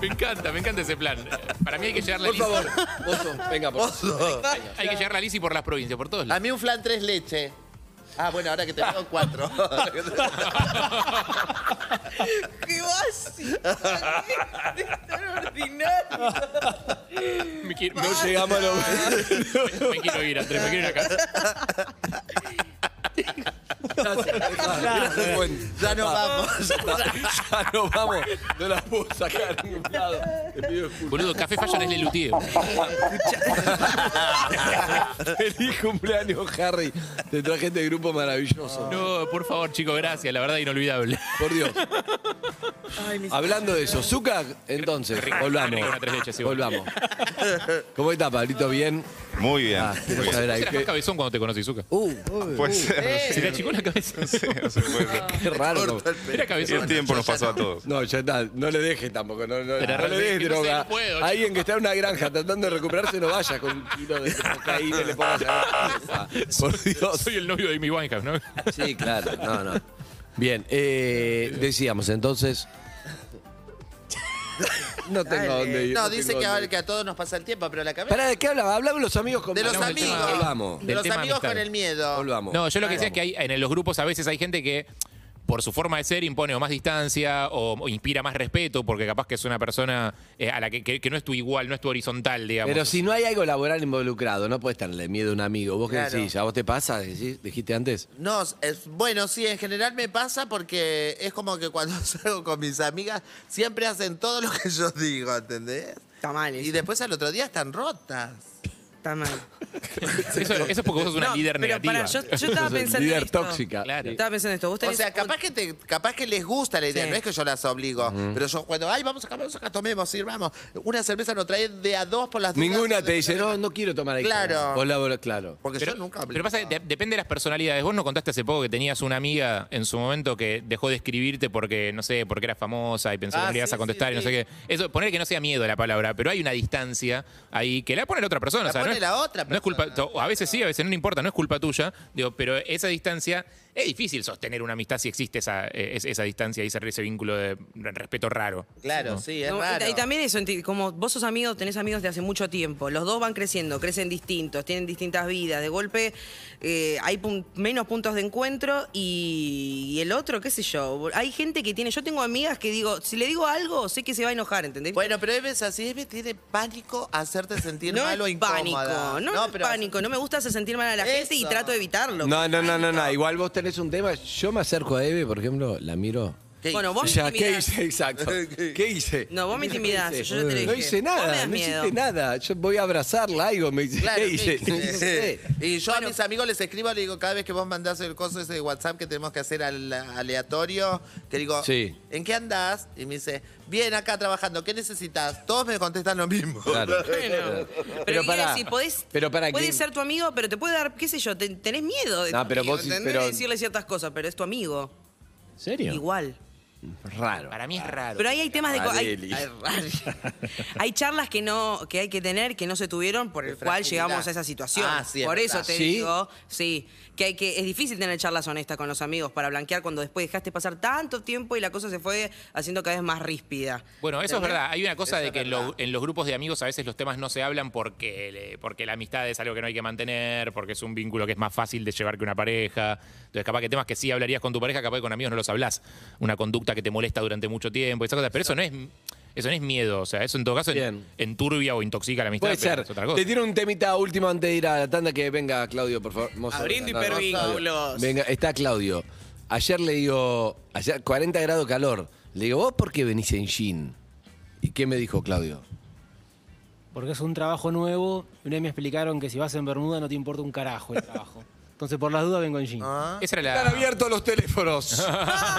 Me encanta, me encanta ese plan. Para mí hay que llegar la Por Lizzy. favor, Oso, venga, por favor. Hay que llegar la Lizzy por las provincias, por todos A lados. mí un flan tres leche. Ah, bueno, ahora que te veo cuatro. ¡Qué básico! ¡Tan ordinario! Me quiero, No llegamos a los... me, me quiero ir, Andrés, me quiero ir a casa. ya nos vamos. Ya Ah, no vamos, no la puedo sacar a ningún lado. Te pido disculpas. Boludo, Café Fashion es Lelutier. Feliz cumpleaños, Harry. Te traje este grupo maravilloso. No, por favor, chicos, gracias. La verdad, inolvidable. Por Dios. Hablando de eso, Zucca, entonces, Rico, volvamos. rico, una tres leches, sí, volvamos. ¿Cómo está, Pablito? ¿Bien? Muy bien. Ah, quiero muy bien. saber ahí. Eras más Qué, cabezón cuando te conocí, Zuka. uh, Puede ser, Se te achicó la cabeza. no sé, no sé, puede ser. qué raro. ¿no? Era El cabezón. tiempo nos pasó a todos. No, ya está, no le dejes tampoco, no, no, Pero no le realmente dejes no sé, droga. no puedo, chico. Alguien que está en una granja tratando de recuperarse no vaya con un kilo de cocaína y le pongas en la cabeza. Por Dios. Soy el novio de Amy Winehouse, ¿no? Sí, claro, no, no. Bien, eh, decíamos entonces. No tengo dónde ir. No, dice tengo que, dónde ahora ir. que a todos nos pasa el tiempo, pero la cabeza. Pará, ¿de qué hablaba? Hablaba de los amigos con de los Hablamos del amigos. tema- Volvamos. De del los tema amigos amistad. con el miedo. Volvamos. No, yo lo que decía es que hay, en los grupos a veces hay gente que por su forma de ser impone o más distancia o, o inspira más respeto porque capaz que es una persona eh, a la que, que- que no es tu igual, no es tu horizontal, digamos. Pero si no hay algo laboral involucrado, no puedes tenerle miedo a un amigo. ¿Vos Claro. qué decís? ¿A vos te pasa? ¿Decís? ¿Dijiste antes? No, es, bueno, sí, en general me pasa porque es como que cuando salgo con mis amigas siempre hacen todo lo que yo digo, ¿entendés? Está mal. Y después al otro día están rotas. Está mal. Eso, eso es porque vos sos una No, líder pero negativa. pará, yo- yo estaba Sos el pensando líder en esto. tóxica. Claro. Estaba pensando esto. ¿Vos O tenés sea, capaz que, te, capaz que les gusta la idea, Sí. no es que yo las obligo, pero yo cuando, ay, vamos acá, vamos acá, tomemos, sirvamos. Una cerveza nos trae de a dos por las dudas. Ninguna te dice, no, no quiero tomar ahí. Claro. Vos labor- claro. Porque pero, yo nunca pero pasa que de- depende de las personalidades. Vos no contaste hace poco que tenías una amiga en su momento que dejó de escribirte porque, no sé, porque era famosa y pensó Ah, que no le ibas sí, a contestar sí, y no sé qué. Eso, poner que no sea miedo la palabra, pero hay una distancia ahí que la pone la otra persona. La o sea, pone no es, la otra No es culpa, to- a veces sí, a veces no, no importa, no es culpa tuya. Digo, pero esa distancia, es difícil sostener una amistad si existe esa, eh, es- esa distancia y ese, ese vínculo de respeto raro. ¿no? No, y ta- Y también eso, enti- como vos sos amigos, tenés amigos de hace mucho tiempo, los dos van creciendo, crecen distintos, tienen distintas vidas, de golpe eh, hay pun- menos puntos de encuentro y, y el otro, qué sé yo, hay gente que tiene, yo tengo amigas que digo, si le digo algo, sé que se va a enojar, ¿entendés? Bueno, pero Eves así, Eves tiene pánico a hacerte sentir no mal o es pánico, incómoda. no, no es pánico, no me gusta hacer sentir mal a la gente y Eso. trato de evitarlo. No, no, no, no, no. Igual vos tenés un tema. Yo me acerco a Eve, por ejemplo, la miro. ¿Qué Bueno, hice? vos me Ya, ¿qué intimidás. hice? Exacto. ¿Qué hice? No, vos me ¿Qué intimidás, hice? yo ya te lo No dije. hice Vos me nada, das no miedo. hiciste nada. Yo voy a abrazarla, algo me dice. Claro, ¿Qué ¿qué hice? hice? No sé. Y yo a mis amigos les escribo, le digo, cada vez que vos mandás el coso ese de WhatsApp que tenemos que hacer al aleatorio, que digo, Sí. ¿en qué andás? Y me dice, bien, acá trabajando, ¿qué necesitas? Todos me contestan lo mismo. Claro. Pero Pero, pará, si podés, pero pará, puede que- ser tu amigo, pero te puede dar, qué sé yo, te- tenés miedo de tu No, pero amigo, vos sí- ¿entendés? pero- De decirle ciertas cosas, pero es tu amigo. ¿Serio? Igual. Raro. Para mí es raro. Pero ahí hay temas de co- hay- Areli. hay- Hay charlas que no que hay que tener que no se tuvieron por el cual fragilidad. llegamos a esa situación. Ah, sí, es por eso verdad. te ¿Sí? digo, sí, que hay que es difícil tener charlas honestas con los amigos para blanquear cuando después dejaste pasar tanto tiempo y la cosa se fue haciendo cada vez más ríspida. Bueno, eso es ¿Entendés? verdad. Hay una cosa de que en, lo- en los grupos de amigos a veces los temas no se hablan porque, le- porque la amistad es algo que no hay que mantener, porque es un vínculo que es más fácil de llevar que una pareja. Entonces, capaz que temas que sí hablarías con tu pareja, capaz que con amigos no los hablas. Una conducta que te molesta durante mucho tiempo, y esas cosas. Pero eso no es, eso no es miedo. O sea, eso en todo caso en- enturbia o intoxica la amistad. Puede pero ser. Es otra cosa. Te tiro un temita último antes de ir a la tanda que venga Claudio, por favor. Mozo, Abriendo no, no, no, hipervínculos. Claudio. Venga, está Claudio. Ayer le digo, ayer 40 grados calor. Le digo, ¿vos por qué venís en jean? ¿Y qué me dijo Claudio? Porque es un trabajo nuevo. y Una vez me explicaron que si vas en Bermuda no te importa un carajo el trabajo. Entonces, por las dudas, vengo en jean. Esa era la- Están abiertos los teléfonos.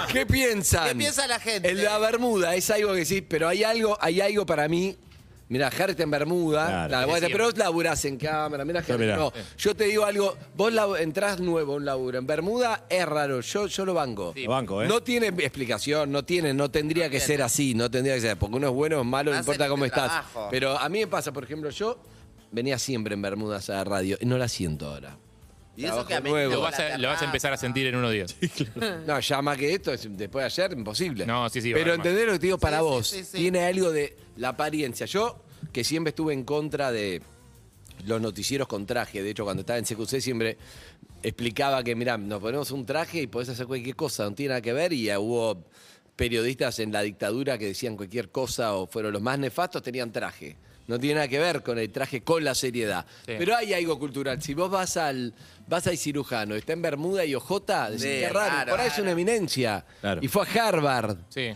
¿Qué piensan? ¿Qué piensa la gente? En la Bermuda es algo que sí, pero hay algo, hay algo para mí. Mira, Jarte en Bermuda, la- Sí, sí. pero vos laburás en cámara, mira No, mirá. no, yo te digo algo, vos labu- entrás nuevo a un laburo, en Bermuda es raro, yo, yo lo banco. Lo banco, ¿eh? No tiene explicación, no tiene, no tendría que ser así, no tendría que ser, porque uno es bueno, es malo, no Hacen importa cómo este estás. trabajo. Pero a mí me pasa, por ejemplo, yo venía siempre en Bermudas a la radio y no la siento ahora. Y eso Trabajo que a mí- nuevo. Lo vas, a, lo vas a empezar a sentir en unos días. No, ya más que esto, es después de ayer, imposible. No, sí, sí. va a Pero haber más. entender lo que te digo para Sí, sí, vos. sí, sí. Tiene algo de la apariencia. Yo, que siempre estuve en contra de los noticieros con traje. De hecho, cuando estaba en CQC siempre explicaba que, mirá, nos ponemos un traje y podés hacer cualquier cosa, no tiene nada que ver. Y eh, hubo periodistas en la dictadura que decían cualquier cosa o fueron los más nefastos, tenían traje. No tiene nada que ver con el traje, con la seriedad. Sí. Pero hay algo cultural. Si vos vas al vas al cirujano, está en Bermuda y Ojota, decís, Sí, qué raro, raro, por ahí es una eminencia. Y fue a Harvard. Sí.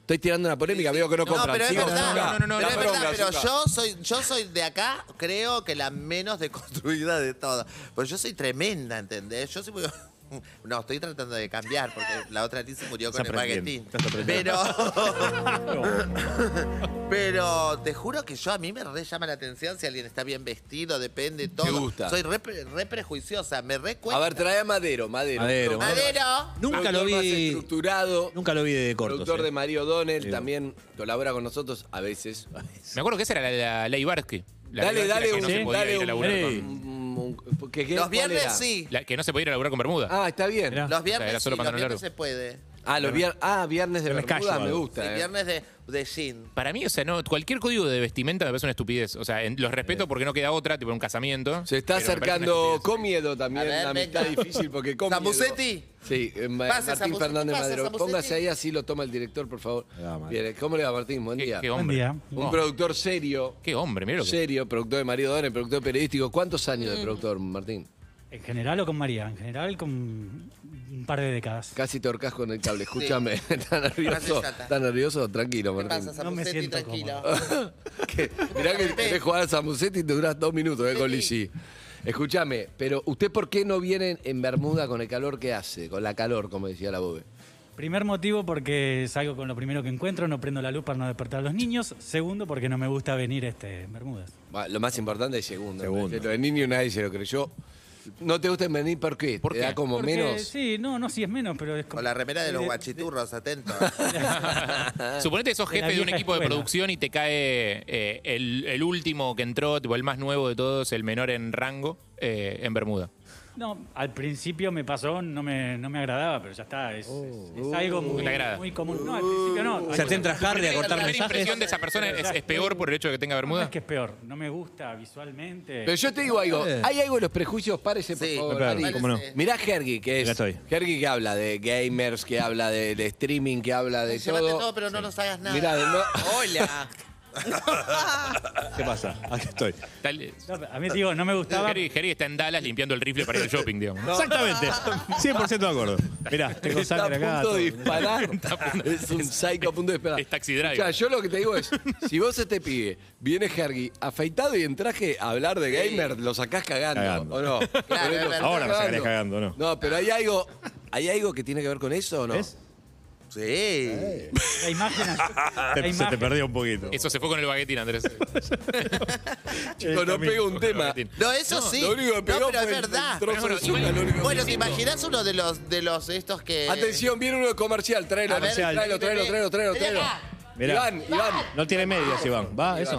Estoy tirando una polémica, veo que no, No, compran. pero es Sigo verdad. Zucca. pero es La verdad, bronca, pero Zucca. yo soy, yo soy de acá, creo que la menos deconstruida de todas. Pues yo soy tremenda, ¿entendés? Yo soy muy- No, estoy tratando de cambiar porque la otra Lizzy murió con Estás el baguetín. aprendiendo, estás Pero. aprendiendo. pero te juro que yo a mí me re llama la atención si alguien está bien vestido, depende todo. gusta. Soy re, pre- re prejuiciosa, me recuerdo. A ver, trae a Madero, Madero. Madero, Madero. Nunca lo Productor más vi- estructurado. Nunca lo vi de cortos. Productor eh. de Mario O'Donnell, también colabora con nosotros a veces. Me acuerdo que esa era la, la ley Barsky. La Dale, ley Barsky, dale la que no un- se podía dale ir a un- laburar Ey. con- ¿Qué- qué- Los cuál viernes era? sí. la que no se podía ir a laburar con Bermuda. Ah, está bien. Mirá. Los O sea, viernes, era solo sí, los pantalón viernes largo. se puede. Ah, los vier- ah, viernes de Bermuda me gusta. Sí, eh. viernes de, de jean. Para mí, o sea, no, cualquier código de vestimenta me parece una estupidez. O sea, en- los respeto porque no queda otra, tipo en un casamiento. Se Está acercando con miedo también, A ver, la venga. mitad difícil porque con ¿Zambucetti? miedo- Sí, eh, Ma- Pase, Martín Zambucetti, Fernández pase, Madero. Zambucetti. Póngase ahí, así lo toma el director, por favor. Bien, ¿Cómo le va, Martín? Buen día. qué hombre. Buen día. Un Oh. productor serio. Qué hombre, mira lo que- Serio, productor de Mario Dónez, productor periodístico. ¿Cuántos años de productor, Martín? ¿En general o con María? En general con un par de décadas. Casi te horcás con el cable, escúchame. ¿Estás nervioso? Casi llata. ¿Estás nervioso? Tranquilo, ¿Qué Martín. pasa, No me Zambucetti? siento Tranquilo. Que- Mirá que querés jugar a Samusetti y te duras dos minutos eh, con Lisi. Escúchame, pero ¿usted por qué no viene en Bermuda con el calor que hace? Con la calor, como decía la bobe. Primer motivo porque salgo con lo primero que encuentro, no prendo la luz para no despertar a los niños. Segundo porque no me gusta venir este en Bermudas. Va, Lo más importante es segundo. Lo de niño nadie se lo creyó. ¿No te gusta en venir por qué? ¿Te da como Porque, menos? Sí, no, no, sí es menos, pero es como... Con la remera de los Eh, guachiturros, atento. Suponete que sos De la jefe de, un vieja equipo de escuela. producción y te cae eh, el, el último que entró, tipo el más nuevo de todos, el menor en rango, eh, en Bermuda. No, al principio me pasó, no me, no me agradaba, pero ya está. Es, es- es algo muy, Uh. Te agrada. muy común. No, al principio no. Ya te entra Harry a cortar La primera mensajes. impresión de esa persona Pero es- ya es estoy- peor por el hecho de que tenga bermuda. No es que es peor. No me gusta visualmente. Pero yo te digo algo, hay algo de los prejuicios, párese por favor. claro, Ari. cómo no. Mirá Hergy, que Acá es. estoy. Hergy que habla de gamers, que habla de, de streaming, que habla de Llévate todo. todo, pero no nos hagas nada. Mirá, de no- Hola. ¿Qué pasa? Aquí estoy. a mí, digo, no me gustaba. Jerry, Jerry está en Dallas limpiando el rifle para ir al shopping, digamos. Exactamente. 100% de acuerdo. Mirá, tengo Está sangre a acá. punto de todo. disparar. es un psycho a punto de disparar. Es taxi driver. yo lo que te digo es, si vos este pibe viene Hergy afeitado y en traje a hablar de gamer, lo sacás cagando, Cagando. ¿o no? Pero lo sacás Ahora me sacarías cagando, ¿no? No, pero hay algo, hay algo que tiene que ver con eso, ¿o no? Sí. La imagen. Te- se te imagen. perdió un poquito. Eso se fue con el baguetín, Andrés. Chico, Este no pega un tema. No, eso sí. Lo único que pegó no, pero es fue el- verdad. el trozo de azúcar, lo único que Bueno, ¿te pegó. imaginas uno de los de los estos que. Atención, viene uno de comercial, tráelo, A ver, comercial. tráelo, tráelo, tráelo, tráelo, Vení tráelo. acá. Mirá. Iván, Iván. No tiene medios, Iván. ¿Va eso?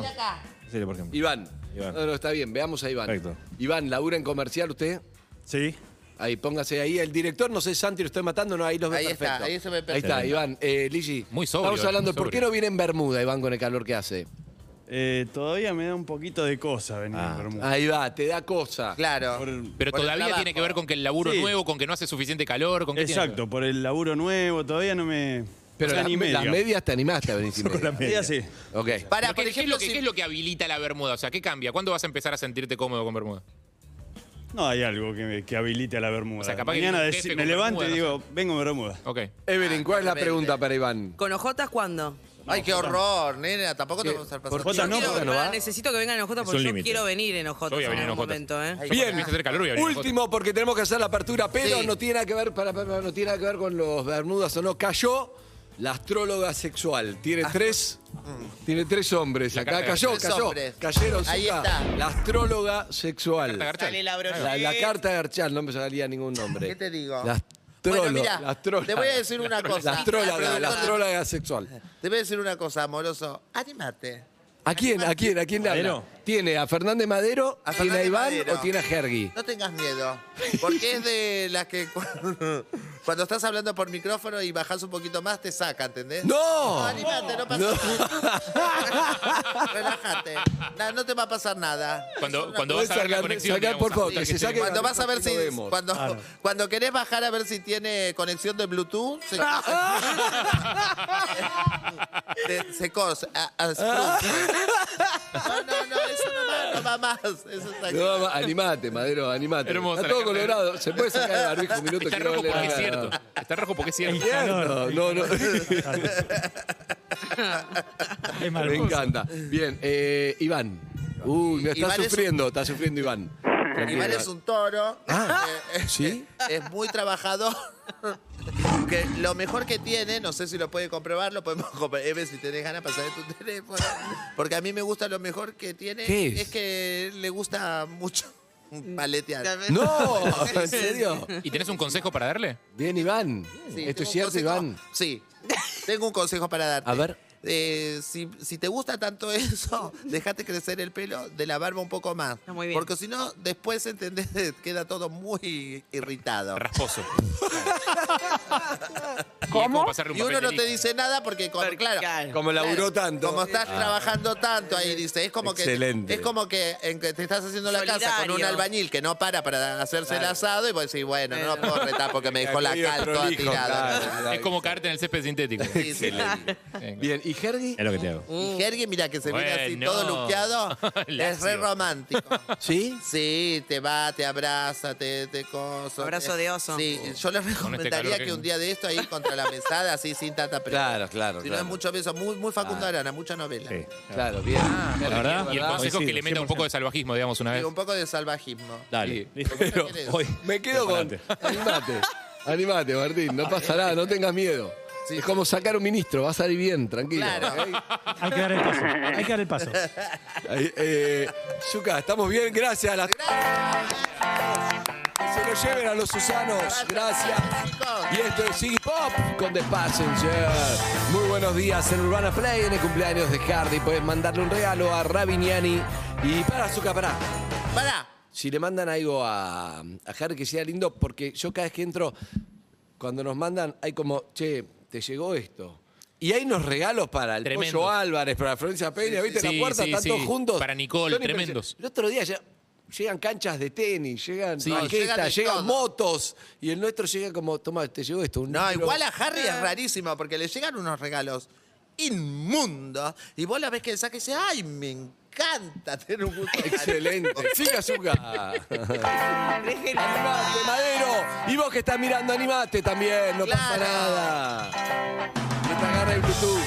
Sí, por ejemplo. Iván. Iván. No, no, está bien, veamos a Iván. Perfecto. Iván, ¿labura en comercial usted? Sí. Ahí, póngase ahí. El director, no sé, Santi, lo estoy matando, no, ahí los ve Ahí está, perfecto. ahí se ve perfecto. está, Iván. Eh, Ligi. Muy sobrio, Estamos hablando, muy ¿por qué sobrio. no viene en Bermuda, Iván, con el calor que hace? Eh, todavía me da un poquito de cosa venir Ah. a Bermuda. Ahí va, te da cosa. Claro. Por Pero el todavía trabajo. tiene que ah. ver con que el laburo Sí. nuevo, con que no hace suficiente calor, con que Exacto, por el laburo nuevo, todavía no me. Pero me las, animé, las digamos. medias te animaste a venir sin Con las medias. medias, sí. Ok. Para, por ¿qué, ejemplo, es lo que, si- qué es lo que habilita la bermuda? O sea, ¿qué cambia? ¿Cuándo vas a empezar a sentirte cómodo con bermuda? No hay algo que, me- que habilite a la Bermuda. sea, capaz que Mañana viene un deci- jefe me con levanto y Bermuda, digo, vengo a Bermuda. Ok. Evelyn, ¿cuál es Ah, la pregunta para Iván? ¿Con ojotas cuándo? Ay, qué horror, nena. Tampoco te vamos a pasar. ¿Por Jota Yo no? quiero- ¿Jota no va? Necesito que vengan en ojotas Es porque un yo límite. quiero venir en ojotas Yo voy a en venir en algún ojotas. momento, ¿eh? Bien, Empieza a hacer calor, voy a venir en último porque tenemos que hacer la apertura, pero Sí. no tiene nada que ver para, para- no tiene nada que ver con los Bermudas o no. Cayó la astróloga sexual. Ah. Tiene tres, tiene tres hombres. Acá carta cayó, de- Tres cayó, hombres. cayeron. Ahí cerca. está. La astróloga sexual. La carta de Garchal. Sale la brocheta. la, la carta de Archal, no me salía ningún nombre. ¿Qué te digo? La Bueno, astróloga. mira, la astróloga. te voy a decir una cosa. La astróloga, la Productora. astróloga sexual. Te voy a decir una cosa, amoroso. Anímate. ¿A quién? ¿A quién? ¿A quién le habla? Madero. ¿Tiene a Fernández Madero? A ¿Tiene a Fernández Iván Madero. o tiene a Hergy? No tengas miedo, porque es de las que cu- cuando, estás hablando por micrófono y bajas un poquito más te saca, ¿entendés? ¡No! anímate, no pasa nada. Relájate. No, no te va a pasar nada. Cuando, cuando Podés vas a ver la sacar- conexión. sacar, digamos, por favor, hasta que se saque- Cuando vas a ver si Podemos. cuando, cuando querés bajar a ver si tiene conexión de Bluetooth, se, Ah. se, se cos- a- a- No, no, no, eso no va, no va más. Eso está No, vamos, animate, Madero, animate. Hermosa Está la todo carta. colorado. Se puede sacar el barbijo un minuto. Está Quiero rojo hablar. porque es cierto. Está rojo porque es cierto. Es cierto. No, no. Me encanta. Bien, eh, Iván. Uy, me está Iván es un- sufriendo, está sufriendo Iván. Iván es un toro. eh, ¿Sí? Es muy trabajador. que lo mejor que tiene, no sé si lo puede comprobar, lo podemos comprobar. Eve, si tenés ganas, pasar tu teléfono. Porque a mí me gusta lo mejor que tiene. ¿Qué es? que le gusta mucho Mm. paletear. No, ¿en serio? ¿Y tenés un consejo para darle? Bien, Iván. Sí, Esto tengo es un cierto, consejo. Iván. Sí. Tengo un consejo para darte. A ver. eh, si, si te gusta tanto eso, dejate crecer el pelo de la barba un poco más. muy bien. Porque si no, después entendés, queda todo muy irritado. Rasposo. ¿Cómo? pasarle un Y uno papel no de te lija. dice nada porque, como, claro. Como laburó tanto. Como estás Ah. trabajando tanto ahí, dice. Es como Excelente. que. Es como que, en que te estás haciendo la casa con un Solidario. albañil que no para para hacerse el asado y vos decís, bueno, no lo puedo retar porque me dejó la Eh, Medio cal toda prolijo, tirada. claro. Es como caerte en el césped sintético. Excelente. Bien, ¿y Hergy? Es lo que te hago. Y Jergue, mira que se viene así Bueno. todo luqueado. es re Lacio. romántico. ¿Sí? Sí, te va, te abraza, te, te coso. Abrazo te- de oso. Sí, yo les recomendaría calor que que- un día de esto ahí contra la mesada, así sin tanta presión. Claro, claro, Si no es claro. mucho beso, muy, muy Facundo Ah. Arana, mucha novela. Sí. Claro, bien. Ah, La verdad, Y el consejo es que le meta un poco de salvajismo, digamos, una Y vez. un poco de salvajismo. Dale. Sí. Listo. Pero hoy- Me quedo con. Preparate. Animate. Animate, Martín. No pasa nada, no tengas miedo. Sí. Es como sacar un ministro, va a salir bien, tranquilo. Claro. Hay que dar el paso. Hay que dar el paso. Ahí, eh, Yuka, estamos bien, gracias. a las- Que se lo lleven a los Susanos, gracias. Y esto es Siggy Pop con The Passenger. Muy buenos días en Urbana Play, en el cumpleaños de Hardy. Puedes mandarle un regalo a Rabiniani. Y para, Zuka, para. Pará. Si le mandan algo a, a Harry que sea lindo, porque yo cada vez que entro, cuando nos mandan, hay como, che, te llegó esto. Y hay unos regalos para el Tremendo. Pollo Álvarez, para Florencia Peña, ¿viste? sí, la puerta, sí, están todos sí. juntos. Para Nicole, Son impresionantes. tremendos. El otro día ya llegan canchas de tenis, llegan Sí. raquetas, Llegan de llegan todo. motos. Y el nuestro llega como, toma, te llegó esto. un No, libro". igual a Harry es rarísimo porque le llegan unos regalos inmundos y vos la ves que le saca y dice, ay, me encanta tener un gusto. Excelente. Sí, azúcar. Dejen- Animate, Madero. Y vos que estás mirando, animate también. No pasa Claro. nada. Que te agarre el Bluetooth.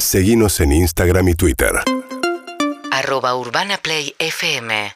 Seguinos en Instagram y Twitter. Arroba Urbana Play FM